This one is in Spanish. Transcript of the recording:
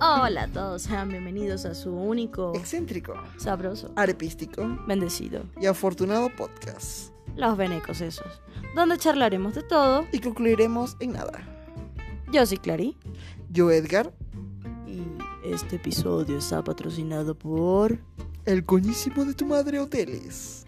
Hola a todos, sean bienvenidos a su único, Excéntrico, sabroso, arepístico bendecido, y afortunado podcast. Los Venecos esos, donde charlaremos de todo. Y concluiremos en nada. Yo soy Clary. Yo, Edgar, Y este episodio está patrocinado por... el coñísimo de tu madre Hoteles.